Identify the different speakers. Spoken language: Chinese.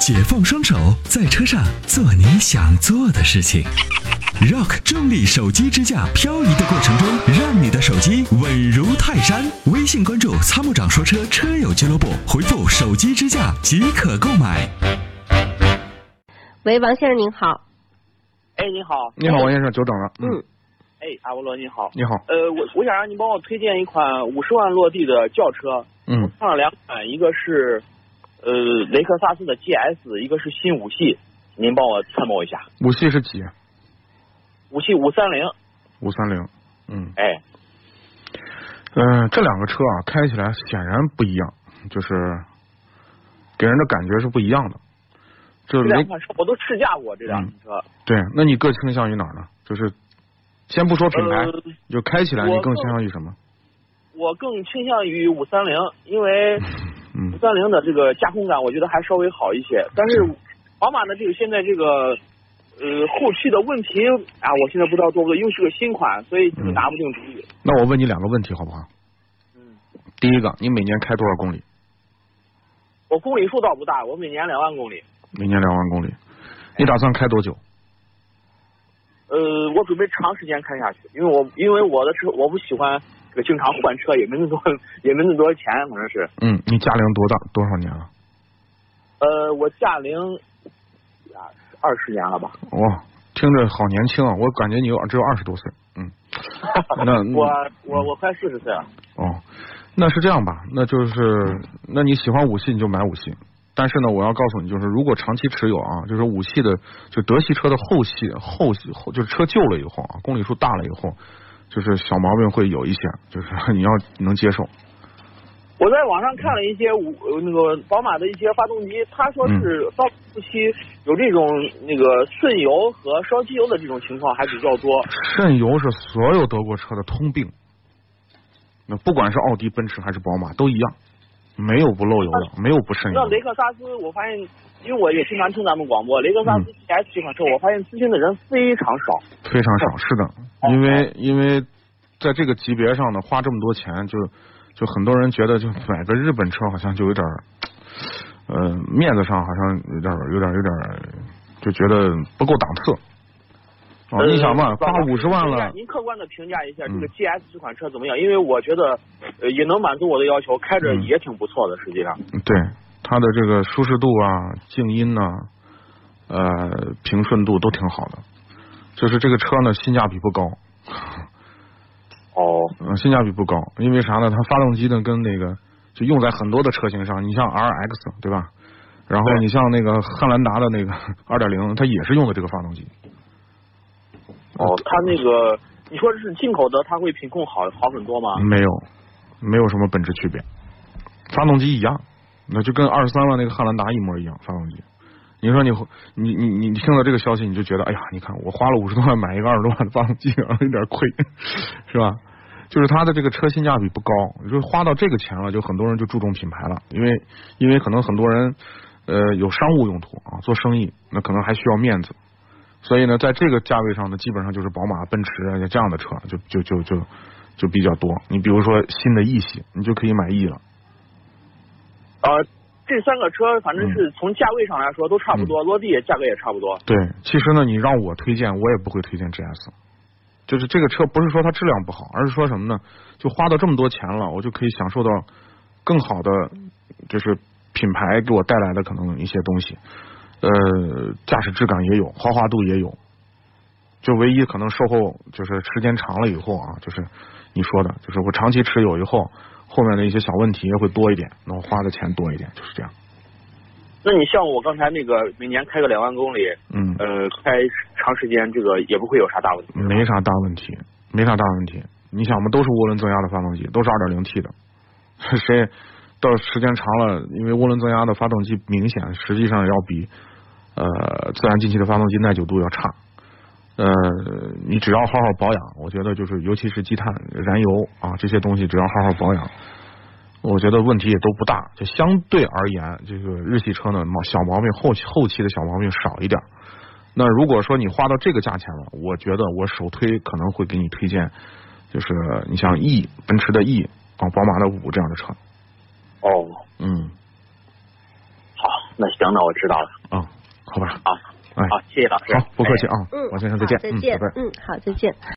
Speaker 1: 解放双手，在车上做你想做的事情。Rock 重力手机支架，漂移的过程中，让你的手机稳如泰山。微信关注“参谋长说车”车友俱乐部，回复“手机支架”即可购买。
Speaker 2: 喂，王先生您好。
Speaker 3: 哎，你好，
Speaker 4: 你好，王先生，久等了。
Speaker 2: 嗯，
Speaker 3: 哎，阿波罗，你好，
Speaker 4: 你好，
Speaker 3: 呃，我我想让您帮我推荐一款五十万落地的轿车，
Speaker 4: 嗯
Speaker 3: 看了两款，一个是呃雷克萨斯的 GS，一个是新五系，您帮我参谋一下，
Speaker 4: 五系是几？
Speaker 3: 五系五三零，
Speaker 4: 五三零。嗯
Speaker 3: 哎，
Speaker 4: 嗯、呃这两个车啊，开起来显然不一样，就是给人的感觉是不一样的。这
Speaker 3: 这
Speaker 4: 雷
Speaker 3: 两款车我都试驾过，这两
Speaker 4: 嗯
Speaker 3: 款车，
Speaker 4: 对，那你更倾向于哪儿呢？就是先不说品牌，
Speaker 3: 呃，
Speaker 4: 就开起来你
Speaker 3: 我
Speaker 4: 更
Speaker 3: 更
Speaker 4: 倾向于什么？
Speaker 3: 我更倾向于五三零，因为五
Speaker 4: 嗯
Speaker 3: 三零的这个驾控感我觉得还稍微好一些，但是
Speaker 4: 是
Speaker 3: 宝马的这个现在这个。呃，后期的问题啊，我现在不知道多不多，因为是个新款，所以就是
Speaker 4: 嗯
Speaker 3: 拿不定主意。
Speaker 4: 那我问你两个问题好不好？
Speaker 3: 嗯，
Speaker 4: 第一个，你每年开多少公里？
Speaker 3: 我公里数倒不大，我每年两万公里。
Speaker 4: 每年两万公里，你打算开多久？
Speaker 3: 呃，我准备长时间开下去，因为我因为我的车我不喜欢这个经常换车，也没那么多 也没那么多钱，反正是。
Speaker 4: 嗯，你驾龄多大多少年了？
Speaker 3: 呃，我驾龄啊二十年了吧？
Speaker 4: 哇，听着好年轻啊！我感觉你有只有二十多岁。嗯，那
Speaker 3: 我我我快四十岁了。
Speaker 4: 哦，那是这样吧？那就是，那你喜欢五系你就买五系，但是呢，我要告诉你，就是如果长期持有啊，就是五系的，就德系车的后系后系后，就是车旧了以后啊，公里数大了以后，就是小毛病会有一些，就是 你要能接受。
Speaker 3: 我在网上看了一些五呃那个宝马的一些发动机，他说是到后期有这种那个渗油和烧机油的这种情况还比较多。
Speaker 4: 渗油是所有德国车的通病，那不管是奥迪、奔驰还是宝马都一样，没有不漏油的，没有不渗油
Speaker 3: 那
Speaker 4: 的。
Speaker 3: 雷克萨斯，我发现，因为我也经常听咱们广播，雷克萨
Speaker 4: 嗯
Speaker 3: 斯 GS 这款车，我发现咨询的人非常少。
Speaker 4: 非常少，是的，因为因为在这个级别上呢，花这么多钱，就就很多人觉得就买个日本车好像就有点儿，呃，面子上好像有点儿有点儿有点儿就觉得不够档次。哦，你想嘛，
Speaker 3: 呃
Speaker 4: 花五十万了，
Speaker 3: 您客观的评价一下
Speaker 4: 嗯
Speaker 3: 这个 GS 这款车怎么样？因为我觉得，呃，也能满足我的要求，开着
Speaker 4: 嗯
Speaker 3: 也挺不错的。实际上，
Speaker 4: 对它的这个舒适度啊、静音呐、呃平顺度都挺好的，就是这个车呢性价比不高，
Speaker 3: 哦，
Speaker 4: 嗯，性价比不高，因为啥呢？它发动机呢跟那个就用在很多的车型上，你像 RX 对吧？然后
Speaker 3: 对
Speaker 4: 你像那个汉兰达的那个 二点零，它也是用的这个发动机。
Speaker 3: 哦，它那个，你说是进口的，它会品控好好很多吗？
Speaker 4: 没有，没有什么本质区别，发动机一样，那就跟二十三万那个汉兰达一模一样，发动机。你说你你你你你听到这个消息，你就觉得哎呀，你看我花了五十多万买一个二十多万的发动机， 然后有点亏，是吧？就是它的这个车性价比不高，你说花到这个钱了，就很多人就注重品牌了，因为因为可能很多人呃有商务用途啊，做生意那可能还需要面子，所以呢，在这个价位上呢，基本上就是宝马、奔驰啊这样的车就就就就就比较多。你比如说新的 E 系，你就可以买 E 了。
Speaker 3: 呃，这三个车反正
Speaker 4: 嗯
Speaker 3: 是从价位上来说都差不多，落地也价格也差不多。
Speaker 4: 对，其实呢，你让我推荐，我也不会推荐 GS。就是这个车不是说它质量不好，而是说什么呢？就花到这么多钱了，我就可以享受到更好的，就是品牌给我带来的可能一些东西。呃，驾驶质感也有，豪华度也有。就唯一可能售后就是时间长了以后啊，就是你说的，就是我长期持有以后，后面的一些小问题会多一点，那我花的钱多一点，就是这样。
Speaker 3: 那你像我刚才那个，每年开个两万公里，
Speaker 4: 嗯。
Speaker 3: 呃，开长时间这个也不会有啥大问题。
Speaker 4: 没啥大问题，没啥大问题。你想嘛，都是涡轮增压的发动机，都是二点零 T 的， 谁到时间长了，因为涡轮增压的发动机明显实际上要比呃自然进气的发动机耐久度要差。呃，你只要好好保养，我觉得就是尤其是积碳、燃油啊这些东西，只要好好保养，我觉得问题也都不大。就相对而言，这个日系车呢，毛小毛病后期后期的小毛病少一点儿。那如果说你花到这个价钱了，我觉得我首推可能会给你推荐，就是你像 E 奔驰的 E 啊，宝马的五这样的车。
Speaker 3: 哦，
Speaker 4: 嗯，
Speaker 3: 好，那行，那我知道了
Speaker 4: 啊、好吧，
Speaker 3: 啊
Speaker 4: 哎，
Speaker 3: 好，谢谢老师。哎
Speaker 4: 好，不客气啊
Speaker 2: 嗯，
Speaker 4: 王先生再见，
Speaker 2: 好
Speaker 4: 嗯
Speaker 2: 再见
Speaker 4: 拜拜。，
Speaker 2: 嗯，好，再见。